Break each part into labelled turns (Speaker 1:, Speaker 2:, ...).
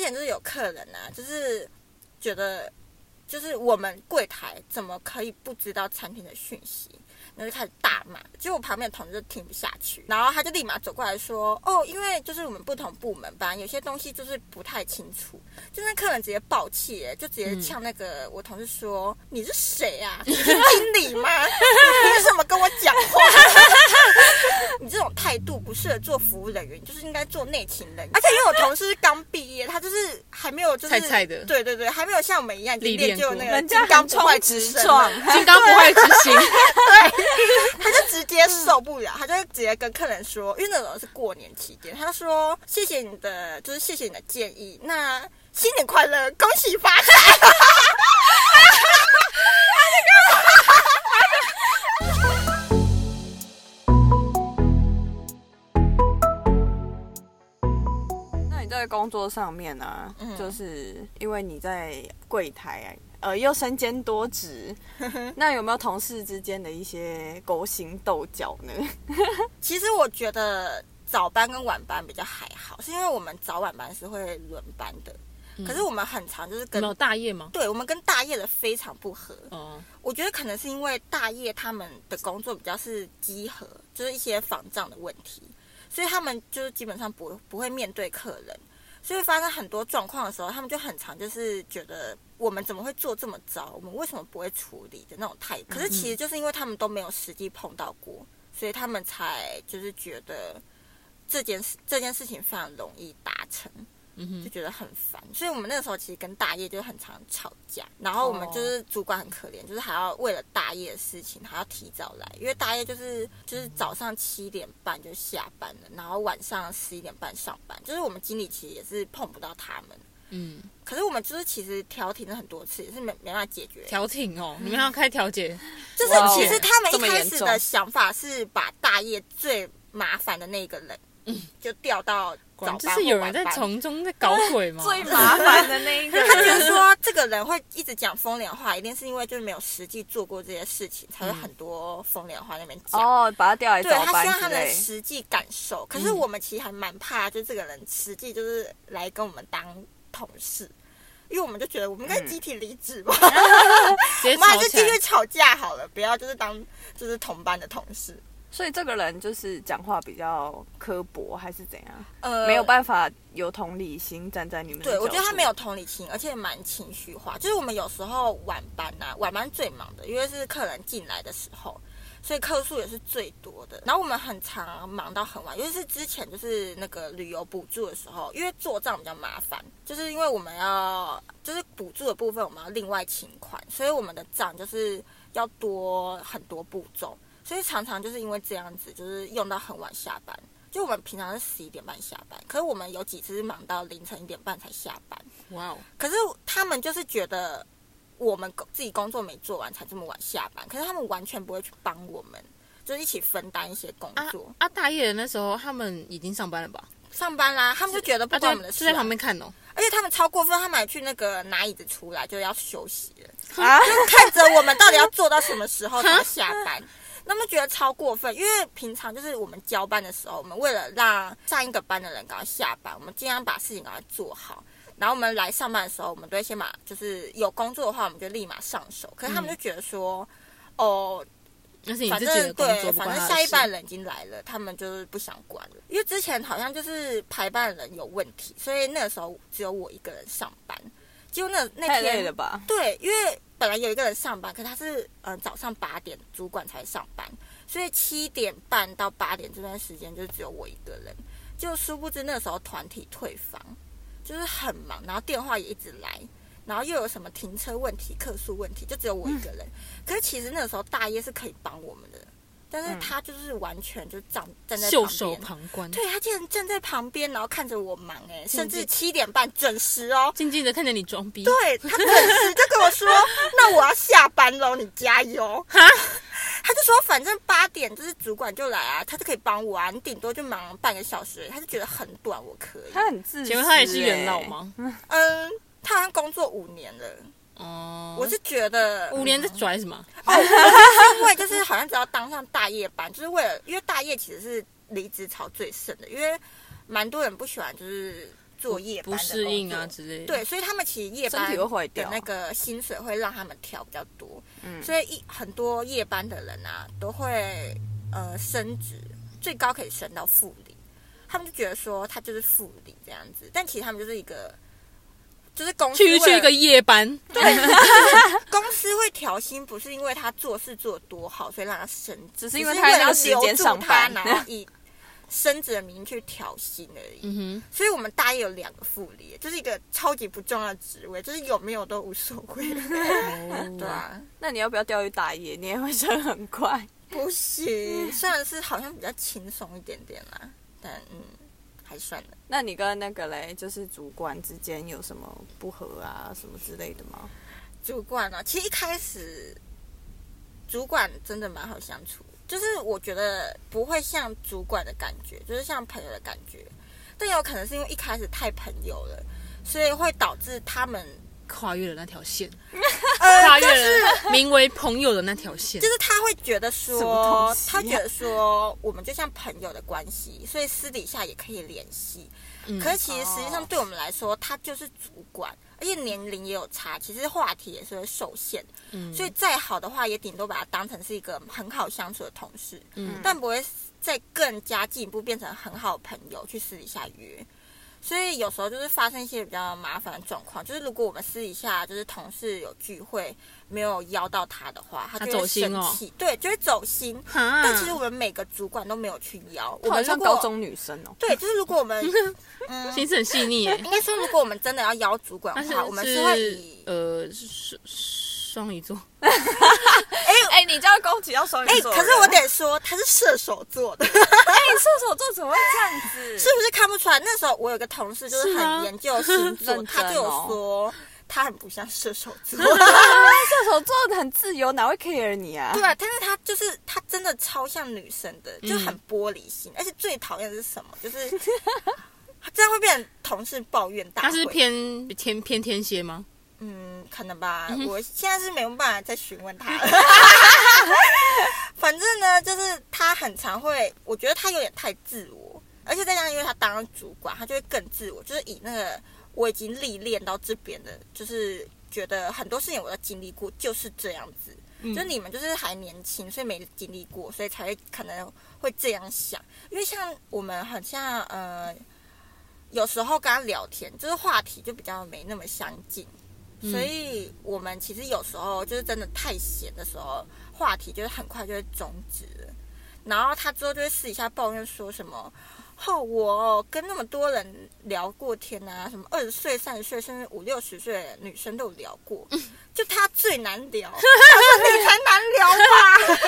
Speaker 1: 前就是有客人啊，就是觉得就是我们柜台怎么可以不知道餐厅的讯息？然后就开始大骂，结果我旁边的同事就听不下去，然后他就立马走过来说：“哦，因为就是我们不同部门吧，有些东西就是不太清楚。”就那客人直接爆气耶，就直接呛那个、我同事说：“ 你是谁啊？你是经理吗？你为什么跟我讲话？你这种态度不适合做服务人员，你就是应该做内勤人员。”而且因为我同事是刚毕业，他就是还没有就是
Speaker 2: 菜菜的
Speaker 1: 对对对，还没有像我们一样已经
Speaker 2: 历练
Speaker 1: 练就
Speaker 2: 过
Speaker 1: 那个
Speaker 3: 人家
Speaker 1: 金刚
Speaker 3: 很
Speaker 1: 不坏
Speaker 3: 冲
Speaker 1: 之
Speaker 3: 直
Speaker 1: 身
Speaker 3: 撞
Speaker 1: 了，
Speaker 2: 金刚不坏之心，
Speaker 1: 他就直接
Speaker 3: 嗯
Speaker 1: 受不了，他就直接跟客人说，因为那时候是过年期间，他就说谢谢你的，就是谢谢你的建议，那新年快乐，恭喜发财。
Speaker 3: 那你在工作上面呢、啊，
Speaker 1: 嗯
Speaker 3: 就是因为你在柜台，呃，又身兼多 职，那有没有同事之间的一些勾心斗角呢？
Speaker 1: 其实我觉得早班跟晚班比较还好，是因为我们早晚班是会轮班的，可是我们很常就是
Speaker 2: 你
Speaker 1: 跟
Speaker 2: 嗯们有大业吗？
Speaker 1: 对我们跟大业的非常不合。
Speaker 2: 哦，
Speaker 1: 我觉得可能是因为大业他们的工作比较是集合，就是一些防障的问题，所以他们就是基本上不不会面对客人，所以发生很多状况的时候，他们就很常就是觉得我们怎么会做这么糟，我们为什么不会处理的那种态度。可是其实就是因为他们都没有实际碰到过，所以他们才就是觉得这件事这件事情非常容易达成。
Speaker 2: 嗯
Speaker 1: 就
Speaker 2: 哼，
Speaker 1: 觉得很烦，所以我们那个时候其实跟大业就很常吵架，然后我们
Speaker 2: 哦
Speaker 1: 就是主管很可怜，就是还要为了大业的事情还要提早来，因为大业就是就是
Speaker 2: 嗯
Speaker 1: 早上七点半就下班了，然后晚上十一点半上班，就是我们经理其实也是碰不到他们，
Speaker 2: 嗯，
Speaker 1: 可是我们就是其实调停了很多次，也是没没办法解决，
Speaker 2: 调停哦，你们要开调解，
Speaker 1: 就是
Speaker 3: 哇哦
Speaker 1: 其实他们一
Speaker 3: 这么
Speaker 1: 开
Speaker 3: 严
Speaker 1: 始
Speaker 3: 重
Speaker 1: 的想法是把大业最麻烦的那个人，就调到
Speaker 2: 嗯果
Speaker 1: 早
Speaker 2: 然
Speaker 1: 班
Speaker 2: 就是有人
Speaker 1: 或
Speaker 2: 在
Speaker 1: 晚班
Speaker 2: 从中在搞鬼嘛，
Speaker 3: 最麻烦的那一个
Speaker 1: 他觉
Speaker 3: 人，
Speaker 1: 得说这个人会一直讲风凉话，一定是因为就是没有实际做过这些事情，才会很多风凉话在那边讲。
Speaker 3: 嗯哦，把他调 来
Speaker 1: 对
Speaker 3: 早
Speaker 1: 他
Speaker 3: 班
Speaker 1: 希望他
Speaker 3: 之
Speaker 1: 能
Speaker 3: 类。嗯
Speaker 1: 实际感受，可是我们其实还蛮怕，就这个人实际就是来跟我们当同事，因为我们就觉得我们应该
Speaker 3: 嗯
Speaker 1: 集体离职吧，
Speaker 2: 直接
Speaker 1: 我们还
Speaker 2: 吵
Speaker 1: 是
Speaker 2: 起
Speaker 1: 继续
Speaker 2: 来，
Speaker 1: 吵架好了，不要就是当就是同班的同事。
Speaker 3: 所以这个人就是讲话比较刻薄，还是怎样？
Speaker 1: 呃，
Speaker 3: 没有办法有同理心站在你们的
Speaker 1: 对，我觉得
Speaker 3: 角
Speaker 1: 他
Speaker 3: 度
Speaker 1: 没有同理心，而且蛮情绪化。就是我们有时候晚班呐、晚班最忙的，因为是客人进来的时候，所以客数也是最多的。然后我们很常忙到很晚，尤其是之前就是那个旅游补助的时候，因为做账比较麻烦，就是因为我们要就是补助的部分我们要另外请款，所以我们的账就是要多很多步骤，所以常常就是因为这样子，就是用到很晚下班。就我们平常是十一点半下班，可是我们有几次是忙到凌晨一点半才下班。
Speaker 2: 哇哦，
Speaker 1: 可是他们就是觉得我们工自己工作没做完才这么晚下班，可是他们完全不会去帮我们，就是一起分担一些工
Speaker 2: 啊
Speaker 1: 作。
Speaker 2: 啊，大业的那时候他们已经上班了吧？
Speaker 1: 上班啦，他们就觉得不
Speaker 2: 啊，
Speaker 1: 关我们的
Speaker 2: 对，
Speaker 1: 事、
Speaker 2: 就在旁，边看哦，
Speaker 1: 而且他们超过分，他们还去那个拿椅子出来就要休息了，
Speaker 3: 啊，
Speaker 1: 看着我们到底要做到什么时候才下班。那么觉得超过分，因为平常就是我们交班的时候，我们为了让上一个班的人赶快下班，我们尽量把事情赶快做好。然后我们来上班的时候，我们都会先把就是有工作的话，我们就立马上手。可是他们就觉得说，哦，
Speaker 2: 那嗯是你
Speaker 1: 反
Speaker 2: 自己
Speaker 1: 正
Speaker 2: 的工
Speaker 1: 对
Speaker 2: 作，，不
Speaker 1: 反
Speaker 2: 关
Speaker 1: 正
Speaker 2: 他
Speaker 1: 下
Speaker 2: 的
Speaker 1: 一班
Speaker 2: 事。
Speaker 1: 人已经来了，他们就是不想管了。因为之前好像就是排班人有问题，所以那个时候只有我一个人上班。结果那那天
Speaker 3: 太累了吧？
Speaker 1: 对，因为本来有一个人上班，可是他是呃早上八点主管才上班，所以七点半到八点这段时间就只有我一个人。就殊不知那时候团体退房，就是很忙，然后电话也一直来，然后又有什么停车问题、客诉问题，就只有我一个人。可是其实那时候大业是可以帮我们的，但是他就是完全就站站在
Speaker 2: 袖
Speaker 1: 旁
Speaker 2: 手
Speaker 1: 边。
Speaker 2: 旁观，
Speaker 1: 对他竟然站在旁边，然后看着我忙哎、甚至七点半准时哦，
Speaker 2: 静静的看着你装逼，
Speaker 1: 对他准时就跟我说：“那我要下班喽，你加油。”他就说：“反正八点就是主管就来啊，他就可以帮我啊，你顶多就忙半个小时。”他就觉得很短，我可以。
Speaker 3: 他很自私、欸。
Speaker 2: 请问他也是元老？吗？
Speaker 1: 嗯，他好像工作五年了，
Speaker 2: 哦，
Speaker 1: 我是觉得
Speaker 2: 五年在拽什么？
Speaker 1: 因为就是好像只要当上大夜班，就是为了因为大夜其实是离职潮最盛的，因为蛮多人不喜欢就是做夜班
Speaker 2: 不
Speaker 1: 的
Speaker 2: 适
Speaker 1: 工
Speaker 2: 应
Speaker 1: 作
Speaker 2: 啊之类的。
Speaker 1: 对，所以他们其实夜
Speaker 3: 身
Speaker 1: 班
Speaker 3: 体会坏
Speaker 1: 的
Speaker 3: 掉
Speaker 1: 那个薪水会让他们调比较多，
Speaker 3: 嗯
Speaker 1: 所以一很多夜班的人啊都会呃升职，最高可以升到副理，他们就觉得说他就是副理这样子，但其实他们就是一个就是公司
Speaker 2: 去去
Speaker 1: 为
Speaker 2: 一个
Speaker 1: 了
Speaker 2: 夜班，
Speaker 1: 公司会调薪，不是因为他做事做得多好，所以让他升职，
Speaker 3: 只是
Speaker 1: 是
Speaker 3: 因为
Speaker 1: 他
Speaker 3: 他在那个时间上班，
Speaker 1: 然后以升职的名义去调薪而已。
Speaker 2: 嗯
Speaker 1: 所以我们大一有两个副理，就是一个超级不重要的职位，就是有没有都无所谓。
Speaker 2: 哼，
Speaker 1: 对啊，
Speaker 3: 那你要不要钓鱼打野？你也会升很快。
Speaker 1: 不行，虽然是好像比较轻松一点点啦，但嗯，还算了。
Speaker 3: 那你跟那个嘞，就是主管之间有什么不合啊，什么之类的吗？
Speaker 1: 主管呢、其实一开始主管真的蛮好相处，就是我觉得不会像主管的感觉，就是像朋友的感觉，但有可能是因为一开始太朋友了，所以会导致他们
Speaker 2: 跨越了那条线，
Speaker 1: 呃
Speaker 2: 跨越了名为朋友的那条线
Speaker 1: 就。是他会觉得
Speaker 3: 什么
Speaker 1: 说
Speaker 3: 东，西啊
Speaker 1: 他觉得说我们就像朋友的关系，所以私底下也可以联系。
Speaker 2: 嗯
Speaker 1: 可是其实实际上
Speaker 3: 哦
Speaker 1: 对我们来说，他就是主管，而且年龄也有差，其实话题也是会受限。
Speaker 2: 嗯
Speaker 1: 所以再好的话，也顶多把他当成是一个很好相处的同事，
Speaker 2: 嗯
Speaker 1: 但不会再更加进一步变成很好的朋友去私底下约。所以有时候就是发生一些比较麻烦的状况，就是如果我们私底下就是同事有聚会没有邀到他的话，他
Speaker 2: 他
Speaker 1: 就会
Speaker 2: 走心
Speaker 1: 生
Speaker 2: 哦嗯
Speaker 1: 气，对，就会走心。
Speaker 2: 哈
Speaker 1: 但其实我们每个主管都没有去邀，我
Speaker 3: 我好
Speaker 1: 们
Speaker 3: 像
Speaker 1: 如
Speaker 3: 高
Speaker 1: 果
Speaker 3: 中女生哦、
Speaker 1: 对，就是如果我们
Speaker 2: 啊心思很细腻 耶。
Speaker 1: 应该说，如果我们真的要邀主管
Speaker 2: 但
Speaker 1: 的
Speaker 2: 是
Speaker 1: 话，我们
Speaker 2: 是
Speaker 1: 是会以
Speaker 2: 呃双双鱼座，
Speaker 3: 哎、你这样攻击要双
Speaker 1: 哎、
Speaker 3: 鱼座。
Speaker 1: 可是我，得说他是射手座的，
Speaker 3: 哎、射手座怎么会这样子？
Speaker 1: 是不是看不出来？那时候我有个同事就是
Speaker 2: 是吗
Speaker 1: 很研究星座，
Speaker 3: 认真
Speaker 1: 他就有
Speaker 3: 哦
Speaker 1: 说他很不像射手座，
Speaker 3: 射手座很自由，哪会 care 你啊
Speaker 1: 对？吧？但是他就是他真的超像女生的，就很玻璃心，而且最讨厌的是什么？就是他这样会变成同事抱怨大会。
Speaker 2: 他是偏天偏天蝎吗？
Speaker 1: 嗯，可能吧。我现在是没有办法再询问他了。反正呢，就是他很常会，我觉得他有点太自我，而且再加上因为他当了主管，他就会更自我，就是以那个我已经历练到这边的，就是觉得很多事情我都经历过，就是这样子。
Speaker 2: 嗯
Speaker 1: 就是你们就是还年轻，所以没经历过，所以才会可能会这样想。因为像我们很像呃，有时候跟他聊天，就是话题就比较没那么相近，
Speaker 2: 嗯
Speaker 1: 所以我们其实有时候就是真的太闲的时候，话题就是很快就会终止了。然后他之后就会私底下抱怨说什么。哦，我哦跟那么多人聊过天啊，什么二十岁、三十岁，甚至五六十岁的女生都有聊过，
Speaker 2: 嗯
Speaker 1: 就他最难聊，他 说你才难聊 吧？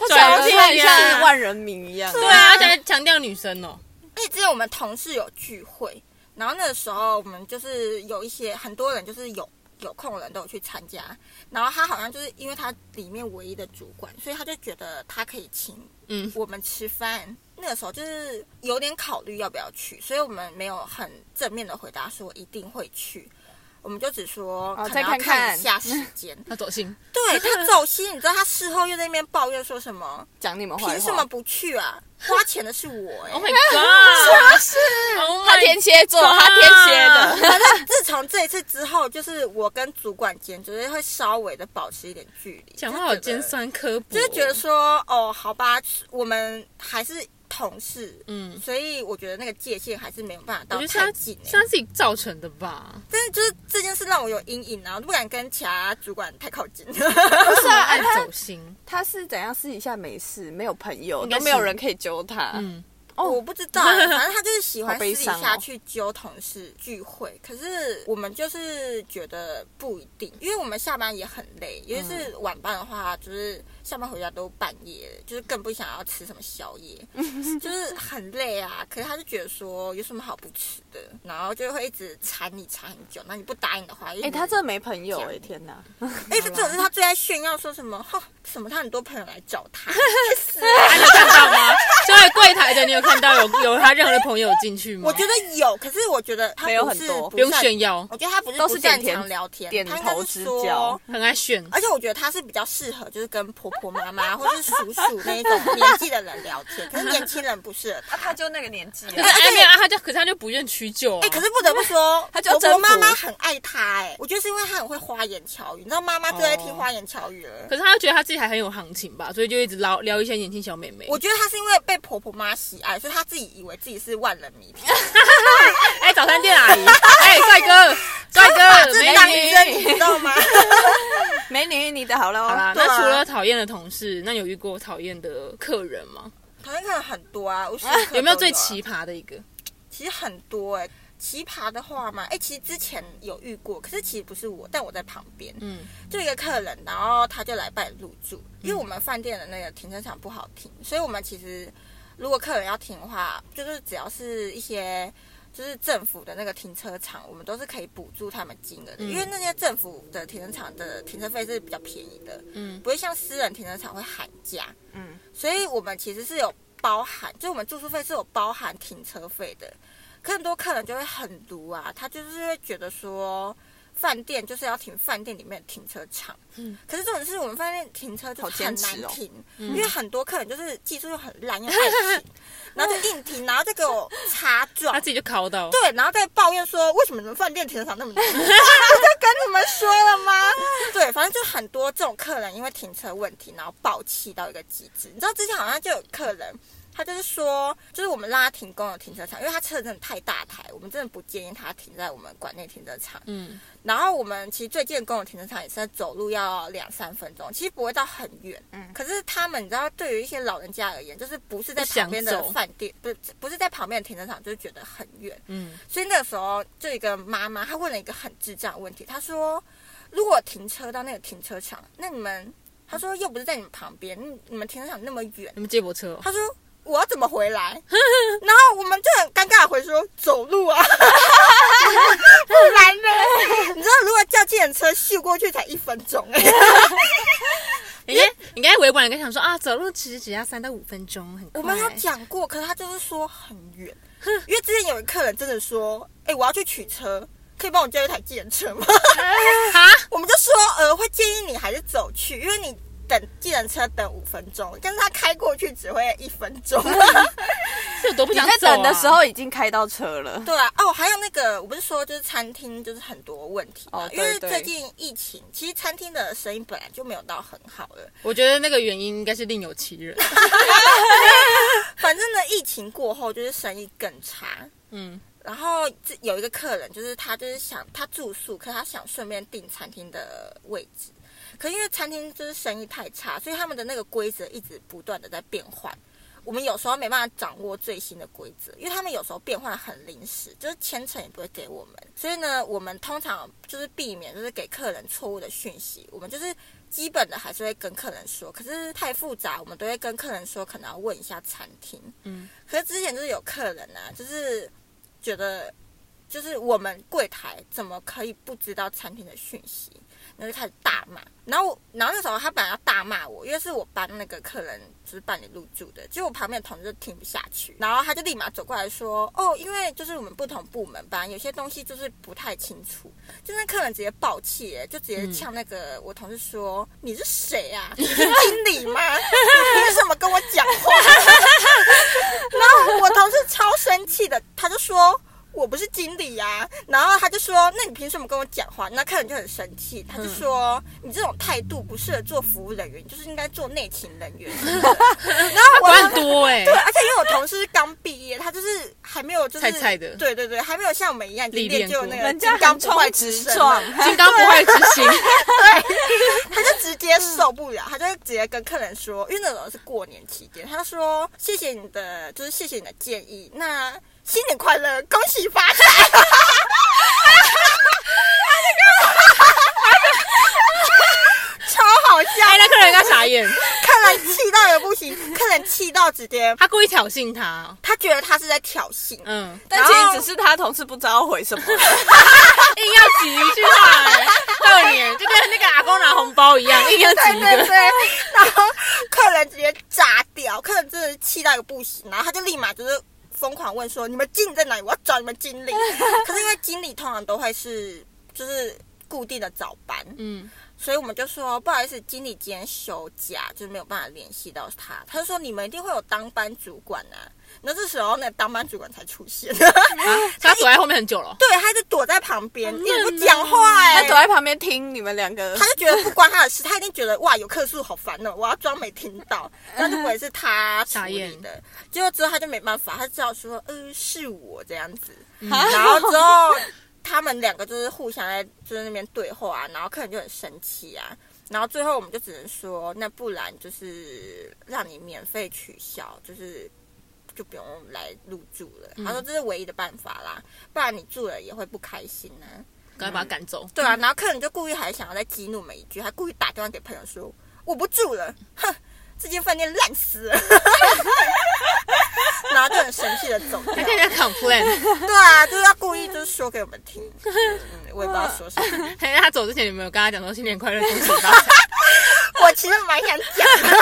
Speaker 3: 他
Speaker 2: 对
Speaker 3: 讲起来
Speaker 2: 天啊
Speaker 3: 像万人迷一样。
Speaker 2: 对啊，他强调女生哦，
Speaker 1: 因为之前我们同事有聚会，然后那个时候我们就是有一些很多人就是有有空的人都有去参加，然后他好像就是因为他里面唯一的主管，所以他就觉得他可以请
Speaker 2: 嗯
Speaker 1: 我们吃饭。那个时候就是有点考虑要不要去，所以我们没有很正面的回答说一定会去，我们就只说可
Speaker 3: 哦
Speaker 1: 能
Speaker 3: 再
Speaker 1: 要
Speaker 3: 看
Speaker 1: 看
Speaker 3: 看
Speaker 1: 一下 时间。
Speaker 2: 他走心，
Speaker 1: 对他走心，你知道他事后又在那边抱怨说什么？
Speaker 3: 讲你们 坏话。
Speaker 1: 凭什么不去啊？花钱的是 我哎、
Speaker 2: Oh my god！是不是？Oh
Speaker 3: 他
Speaker 2: my
Speaker 3: 天蝎座，他天蝎的。
Speaker 1: 反正自从这一次之后，就是我跟主管间就是会稍微的保持一点距离，
Speaker 2: 讲
Speaker 1: 就
Speaker 2: 话
Speaker 1: 觉
Speaker 2: 好
Speaker 1: 得
Speaker 2: 尖，酸哦刻薄，
Speaker 1: 就是觉得说哦，好吧，我们还是同事，
Speaker 2: 嗯，
Speaker 1: 所以我觉得那个界限还是没有办法
Speaker 2: 我觉
Speaker 1: 到
Speaker 2: 得是
Speaker 1: 太
Speaker 2: 他
Speaker 1: 近、
Speaker 2: 是
Speaker 1: 欸
Speaker 2: 他。自己造成的吧？
Speaker 1: 但是就是这件事让我有阴影啊，我不敢跟其他主管太靠近。
Speaker 2: 不是爱走心，
Speaker 3: 他是怎样私底下没事，没有朋友，
Speaker 2: 应该
Speaker 3: 都
Speaker 2: 是
Speaker 3: 没有人可以揪他。
Speaker 2: 嗯，
Speaker 1: 哦，我不知 道，反正他就是喜欢
Speaker 3: 好
Speaker 1: 私
Speaker 3: 悲
Speaker 1: 底
Speaker 3: 伤哦
Speaker 1: 下去揪同事聚会。可是我们就是觉得不一定，因为我们下班也很累，尤
Speaker 3: 嗯
Speaker 1: 其是晚班的话，就是下班回家都半夜了，就是更不想要吃什么宵 夜，就是很累啊。可是他就觉得说有什么好不吃的，然后就会一直缠你缠很久。那你不答应的话，哎
Speaker 3: 哎、他真的没朋友哎、
Speaker 1: 讲
Speaker 3: 天哪！
Speaker 1: 哎，这种是他最爱炫耀说 什么，哈、什么他很多朋友来找他，
Speaker 3: 啊
Speaker 2: 啊他有看到吗？身为柜台的，你有看到有有他任何的朋友进去吗？
Speaker 1: 我觉得有，可是我觉得他
Speaker 3: 没有
Speaker 1: 不
Speaker 3: 很
Speaker 1: 是啊
Speaker 3: 多
Speaker 2: 不用
Speaker 1: 算
Speaker 2: 炫耀，
Speaker 1: 我觉得他不是
Speaker 3: 哦都
Speaker 1: 不
Speaker 3: 是
Speaker 1: 擅
Speaker 3: 点甜
Speaker 1: 长聊天，
Speaker 3: 点
Speaker 1: 他应该
Speaker 3: 头
Speaker 1: 是
Speaker 3: 之
Speaker 1: 说
Speaker 3: 交
Speaker 2: 很爱炫。
Speaker 1: 而且我觉得他是比较适合，就是跟婆婆妈妈或是叔叔那一种年纪的人聊天，可是年轻人不适合他。
Speaker 3: 啊，他就那个年纪
Speaker 2: 可是
Speaker 1: 而且
Speaker 2: 哎没有啊，他就可是他就不愿屈就啊。
Speaker 1: 哎、可是不得不说，
Speaker 3: 他就
Speaker 1: 婆婆
Speaker 3: 征服
Speaker 1: 妈妈很爱他、哎，我觉得是因为他很会花言巧语，你知道妈妈最爱
Speaker 3: 哦
Speaker 1: 听花言巧语了。
Speaker 2: 可是他觉得他自己还很有行情吧，所以就一直撩撩一些年轻小妹妹。
Speaker 1: 我觉得他是因为被婆婆妈喜爱，所以他自己以为自己是万人 迷。
Speaker 2: 哎、早餐店阿姨，哎、帅哥，帅哥，
Speaker 1: 这
Speaker 2: 美
Speaker 1: 当真，你
Speaker 2: 女。
Speaker 1: 知道吗？
Speaker 3: 美女你的好了哦，
Speaker 2: 好啦，
Speaker 1: 对啊
Speaker 2: 那除了讨厌的同事，那有遇过讨厌的客人吗？
Speaker 1: 好像看了很多啊，我
Speaker 2: 有没有最？奇葩的一个？
Speaker 1: 其实很多哎、奇葩的话嘛，哎、其实之前有遇过，可是其实不是我，但我在旁边。
Speaker 2: 嗯，
Speaker 1: 就一个客人，然后他就来办入住，因为我们饭店的那个停车场不好停，所以我们其实如果客人要停的话，就是只要是一些就是政府的那个停车场，我们都是可以补助他们金额的，
Speaker 2: 嗯
Speaker 1: 因为那些政府的停车场的停车费是比较便宜的，
Speaker 2: 嗯
Speaker 1: 不会像私人停车场会喊价，
Speaker 3: 嗯，
Speaker 1: 所以我们其实是有包含，就我们住宿费是有包含停车费的。可很多客人就会很毒啊，他就是会觉得说，饭店就是要停饭店里面的停车场。
Speaker 2: 嗯
Speaker 1: 可是这种是我们饭店停车就是很难
Speaker 3: 好
Speaker 1: 停，
Speaker 2: 嗯
Speaker 1: 因为很多客人就是技术又很烂又 爱停，然后就硬停，然后就给我擦撞
Speaker 2: 他。自己就考到。
Speaker 1: 哦对，然后再抱怨说为什么你们饭店停车场那么 多？我就跟你们说了吗？ 对，反正就很多这种客人因为停车问题，然后暴气到一个极致。你知道之前好像就有客人。他就是说，就是我们拉停公有停车场，因为他车真的太大台，我们真的不建议他停在我们馆内停车场。
Speaker 2: 嗯，
Speaker 1: 然后我们其实最近的公有停车场也是走路要两三分钟，其实不会到很远。
Speaker 3: 嗯
Speaker 1: 可是他们你知道，对于一些老人家而言，就是不是在
Speaker 2: 不想
Speaker 1: 旁边的
Speaker 2: 走
Speaker 1: 饭店，不是不是在旁边的停车场，就是觉得很远。
Speaker 2: 嗯，
Speaker 1: 所以那个时候就有一个妈妈，她问了一个很智障的问题，她说：“如果停车到那个停车场，那你们……”她说：“又不是在你们旁边，你你们停车场那么远。
Speaker 2: 你们接驳车”哦、
Speaker 1: 她说。我要怎么回来？ 然后我们就很尴尬的回说走路啊， 不然呢？你 知道如果叫计程车秀过去才一分钟哎、
Speaker 2: 你应该你应该委婉，应该想说啊，走路其实只要三到五分钟，很快。
Speaker 1: 我们 有讲过，可是他就是说很远，因为之前有一个客人真的说，哎、我要去取车，可以帮我叫一台计程车吗？
Speaker 2: 哈，
Speaker 1: 我们就说，呃，会建议你还是走去，因为你等计程车等五分钟，但是他开过去只会一分 钟。
Speaker 2: 是有多不
Speaker 3: 你
Speaker 2: 想
Speaker 3: 在
Speaker 2: 走、啊、
Speaker 3: 等的时，候已经开到车了，
Speaker 1: 对啊，哦，还有那个，我不是说就是餐厅就是很多问题嘛，
Speaker 3: 哦对
Speaker 1: 因为
Speaker 3: 对
Speaker 1: 最近疫情，其实餐厅的生意本来就没有到很好了。
Speaker 2: 我觉得那个原因应该是另有其 人。
Speaker 1: 反正呢，疫情过后就是生意更差。
Speaker 2: 嗯，
Speaker 1: 然后这有一个客人，就是他就是想他住宿，可是他想顺便订餐厅的位置，可是因为餐厅就是生意太差，所以他们的那个规则一直不断的在变换。我们有时候没办法掌握最新的规则，因为他们有时候变换很临时，就是签程也不会给我们，所以呢，我们通常就是避免就是给客人错误的讯息，我们就是基本的还是会跟客人说，可是太复杂，我们都会跟客人说可能要问一下餐厅。
Speaker 2: 嗯，
Speaker 1: 可是之前就是有客人啊，就是觉得就是我们柜台怎么可以不知道餐厅的讯息，然后就开始大骂。然后我，然后那时候他本来要大骂我，因为是我帮那个客人就是办理入住的，结果我旁边的同事就听不下去，然后他就立马走过来说：“哦，因为就是我们不同部门吧，有些东西就是不太清楚。”就那客人直接爆气耶，就直接呛那个我同事说：“你是谁啊？ 你是经理吗？ 你凭什么跟我讲话？”然后我同事超生气的，他就说。我不是经理呀、然后他就说：“那你凭什么跟我讲话？”那客人就很生气，他就说：“
Speaker 2: 嗯
Speaker 1: 你这种态度不适合做服务人员，你就是应该做内勤人 员。”然后啊我
Speaker 2: 管很多哎、
Speaker 1: 对，而且因为我同事刚毕业，他就是还没有就是
Speaker 2: 菜菜的
Speaker 1: 对对对，还没有像我们一样已经
Speaker 2: 历练
Speaker 1: 练就
Speaker 2: 过
Speaker 1: 那个
Speaker 3: 人家
Speaker 1: 金刚
Speaker 3: 很
Speaker 1: 不坏
Speaker 3: 冲
Speaker 1: 之
Speaker 3: 直
Speaker 1: 身
Speaker 3: 撞
Speaker 1: 了，
Speaker 2: 金刚不坏之心。
Speaker 1: 他就直接受不了，他就直接跟客人说，因为那时候是过年期间，他就说谢谢你的，就是谢谢你的建议，那新年快乐，恭喜发财。超好笑，
Speaker 2: 哎，那客人应该傻眼，
Speaker 1: 客人气到也不行，客人气到直接，
Speaker 2: 他故意挑衅他。
Speaker 1: 他觉得他是在挑衅，
Speaker 2: 嗯，
Speaker 3: 但其实只是他同事不知道回什么，
Speaker 2: 硬要挤一句话、哎，过年就跟那个阿公拿红包一样，硬要挤
Speaker 1: 对
Speaker 2: 一
Speaker 1: 对
Speaker 2: 个。
Speaker 1: 对，然后客人直接炸掉，聊，客人真的是气到一个不行，然后他就立马就是疯狂问说：“你们经理在哪里？我要找你们经理。” 可是因为经理通常都会是就是固定的早班，
Speaker 2: 嗯，
Speaker 1: 所以我们就说不好意思，经理今天休假，就是没有办法联系到他。他就说你们一定会有当班主管啊。那这时候呢，当班主管才出现， 对，
Speaker 2: 啊，所以他躲在后面很久了。
Speaker 1: 他就躲在旁边，
Speaker 2: 好
Speaker 1: 一
Speaker 2: 嫩哦
Speaker 1: 直不讲话、
Speaker 3: 他
Speaker 1: 哎，
Speaker 3: 躲在旁边听你们两个
Speaker 1: 他，就觉得不关他的事，他一定觉得哇有客诉好烦哦，我要装没听到，那就不会是他处理的。结果之后他就没办法，他只好说呃是我这样子，然后之后他们两个就是互相在就是那边对话、啊，然后客人就很生气啊。然后最后我们就只能说，那不然就是让你免费取消，就是就不用来入住了。他说这是唯一的办法啦，不然你住了也会不开心啊呢、
Speaker 2: 赶快把他赶走。
Speaker 1: 对啊，然后客人就故意还想要再激怒我们一句，还故意打电话给朋友说我不住了，哼，这间饭店烂死了， 然后就很生气的走掉
Speaker 2: 他。跟人 家 complain，
Speaker 1: 对啊，就是要故意就是说给我们听，嗯，我也不知道说什么，
Speaker 2: 还哎是他走之前你没有跟他讲说新年快乐，恭喜发财？
Speaker 1: 我其实蛮想讲 的，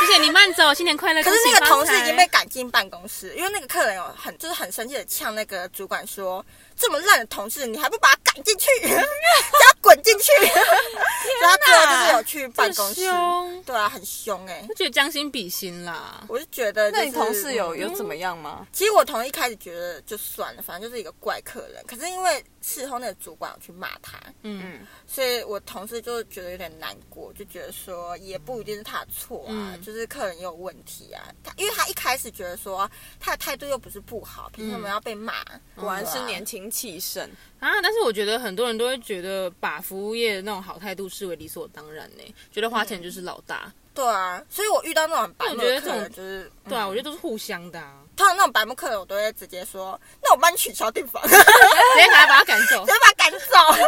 Speaker 2: 谢谢你慢走，新年快乐，
Speaker 1: 可是
Speaker 2: 恭喜
Speaker 1: 那个
Speaker 2: 发
Speaker 1: 同事已
Speaker 2: 财
Speaker 1: 经被赶进办公室，因为那个客人有很就是很生气的呛那个主管说，这么烂的同事你还不把他赶进去， 叫他滚进去，然后他最后就是有去办公室
Speaker 2: 这么凶，
Speaker 1: 对啊，很凶哎、
Speaker 2: 我觉得将心比心啦。
Speaker 1: 我是觉得、就
Speaker 3: 那
Speaker 1: 是，
Speaker 3: 你同事有有
Speaker 2: 嗯
Speaker 3: 怎么样吗？
Speaker 1: 其实我同事一开始觉得就算了，反正就是一个怪客人。可是因为事后那个主管有去骂他，
Speaker 2: 嗯，
Speaker 3: 嗯，
Speaker 1: 所以我同事就觉得有点难过，就觉得说也不一定是他的错啊，
Speaker 2: 嗯
Speaker 1: 就是客人也有问题啊。他因为他一开始觉得说他的态度又不是不好，凭什么要被骂？
Speaker 2: 嗯
Speaker 3: 果然哦是
Speaker 1: 对啊
Speaker 3: 年轻气盛，
Speaker 2: 啊，但是我觉得很多人都会觉得把服务业那种好态度视为理所当然呢、觉得花钱就是老大。
Speaker 1: 对啊，所以我遇到那种很白目
Speaker 2: 那我觉
Speaker 1: 的
Speaker 2: 得这
Speaker 1: 客
Speaker 2: 种
Speaker 1: 人，就是
Speaker 2: 对啊，我觉
Speaker 1: 就
Speaker 2: 得都是互相的、啊，
Speaker 1: 通常那种白目客人，我都会直接说，那我帮你取消订房，
Speaker 2: 哦
Speaker 1: 直
Speaker 2: 直接哎拿把他赶 走，
Speaker 1: 接把他赶走，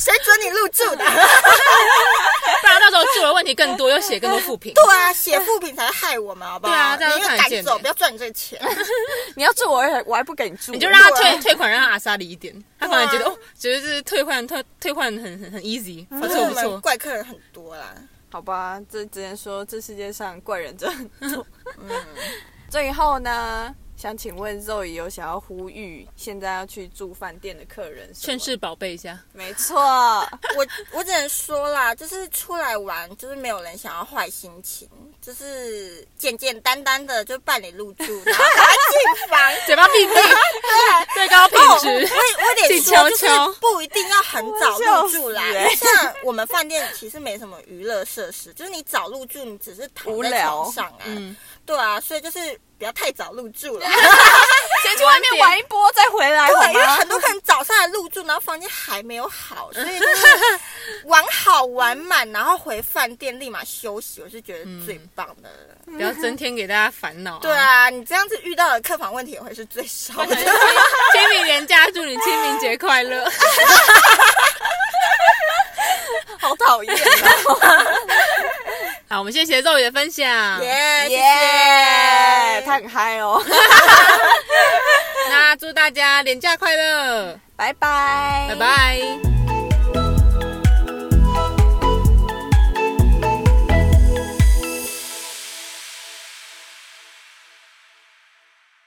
Speaker 1: 谁准你入住的？
Speaker 2: 不然到时候住的问题更多，又写更多负评。
Speaker 1: 对啊，写副品才害我们，好不好？
Speaker 2: 对啊这样
Speaker 1: 你
Speaker 2: 就看得
Speaker 1: 赶
Speaker 2: 见
Speaker 1: 走，
Speaker 2: 欸
Speaker 1: 不要赚你这个钱。
Speaker 3: 你要住我还我还不给你住，
Speaker 2: 你就让他
Speaker 1: 对啊
Speaker 2: 退退款，让他阿莎里一点，他反而觉得、
Speaker 1: 对啊
Speaker 2: 哦，觉得这是退换退退换很很很 easy，不
Speaker 1: 可是我
Speaker 2: 错不
Speaker 1: 们
Speaker 2: 错。
Speaker 1: 怪客人很多啦，
Speaker 3: 好吧，这只能说这世界上怪人真的很多。 最后呢，想请问 Zoe 有想要呼吁现在要去住饭店的客人什么
Speaker 2: 劝世宝贝一下，
Speaker 3: 没错，
Speaker 1: 我我只能说啦，就是出来玩，就是没有人想要坏心情，就是简简单单的就办理入住，然后赶快进 房。
Speaker 2: 嘴巴闭闭，最高品
Speaker 1: 哦，我也
Speaker 2: 质。
Speaker 1: 我得
Speaker 2: 静
Speaker 1: 说，
Speaker 2: 悄
Speaker 1: 就是
Speaker 2: 悄
Speaker 1: 不一定要很早入住啦
Speaker 3: 我要笑。
Speaker 1: 像我们饭店其实没什么娱乐设施，就是你早入住，你只是躺
Speaker 3: 无
Speaker 1: 在
Speaker 3: 聊
Speaker 1: 床上啊，
Speaker 2: 嗯，
Speaker 1: 对啊，所以就是不要太早入住 了。
Speaker 3: 先去外面玩一波再回来好
Speaker 1: 对，因为
Speaker 3: 吗
Speaker 1: 很？多客人早上来入住，然后房间还没有好，所以就是玩好玩满，然后回饭店立马休息，我是觉得最棒的了。
Speaker 2: 不要增添给大家烦恼、
Speaker 1: 对，啊，你这样子遇到的客房问题也会是最少 的。
Speaker 2: 清明连假祝你清明节快乐。
Speaker 3: 好讨厌哦！
Speaker 2: 好，我们谢谢肉爷的分享。
Speaker 1: 耶
Speaker 3: 耶，他很嗨哦，
Speaker 2: 那祝大家廉假快乐，
Speaker 3: 拜拜，
Speaker 2: 拜。拜。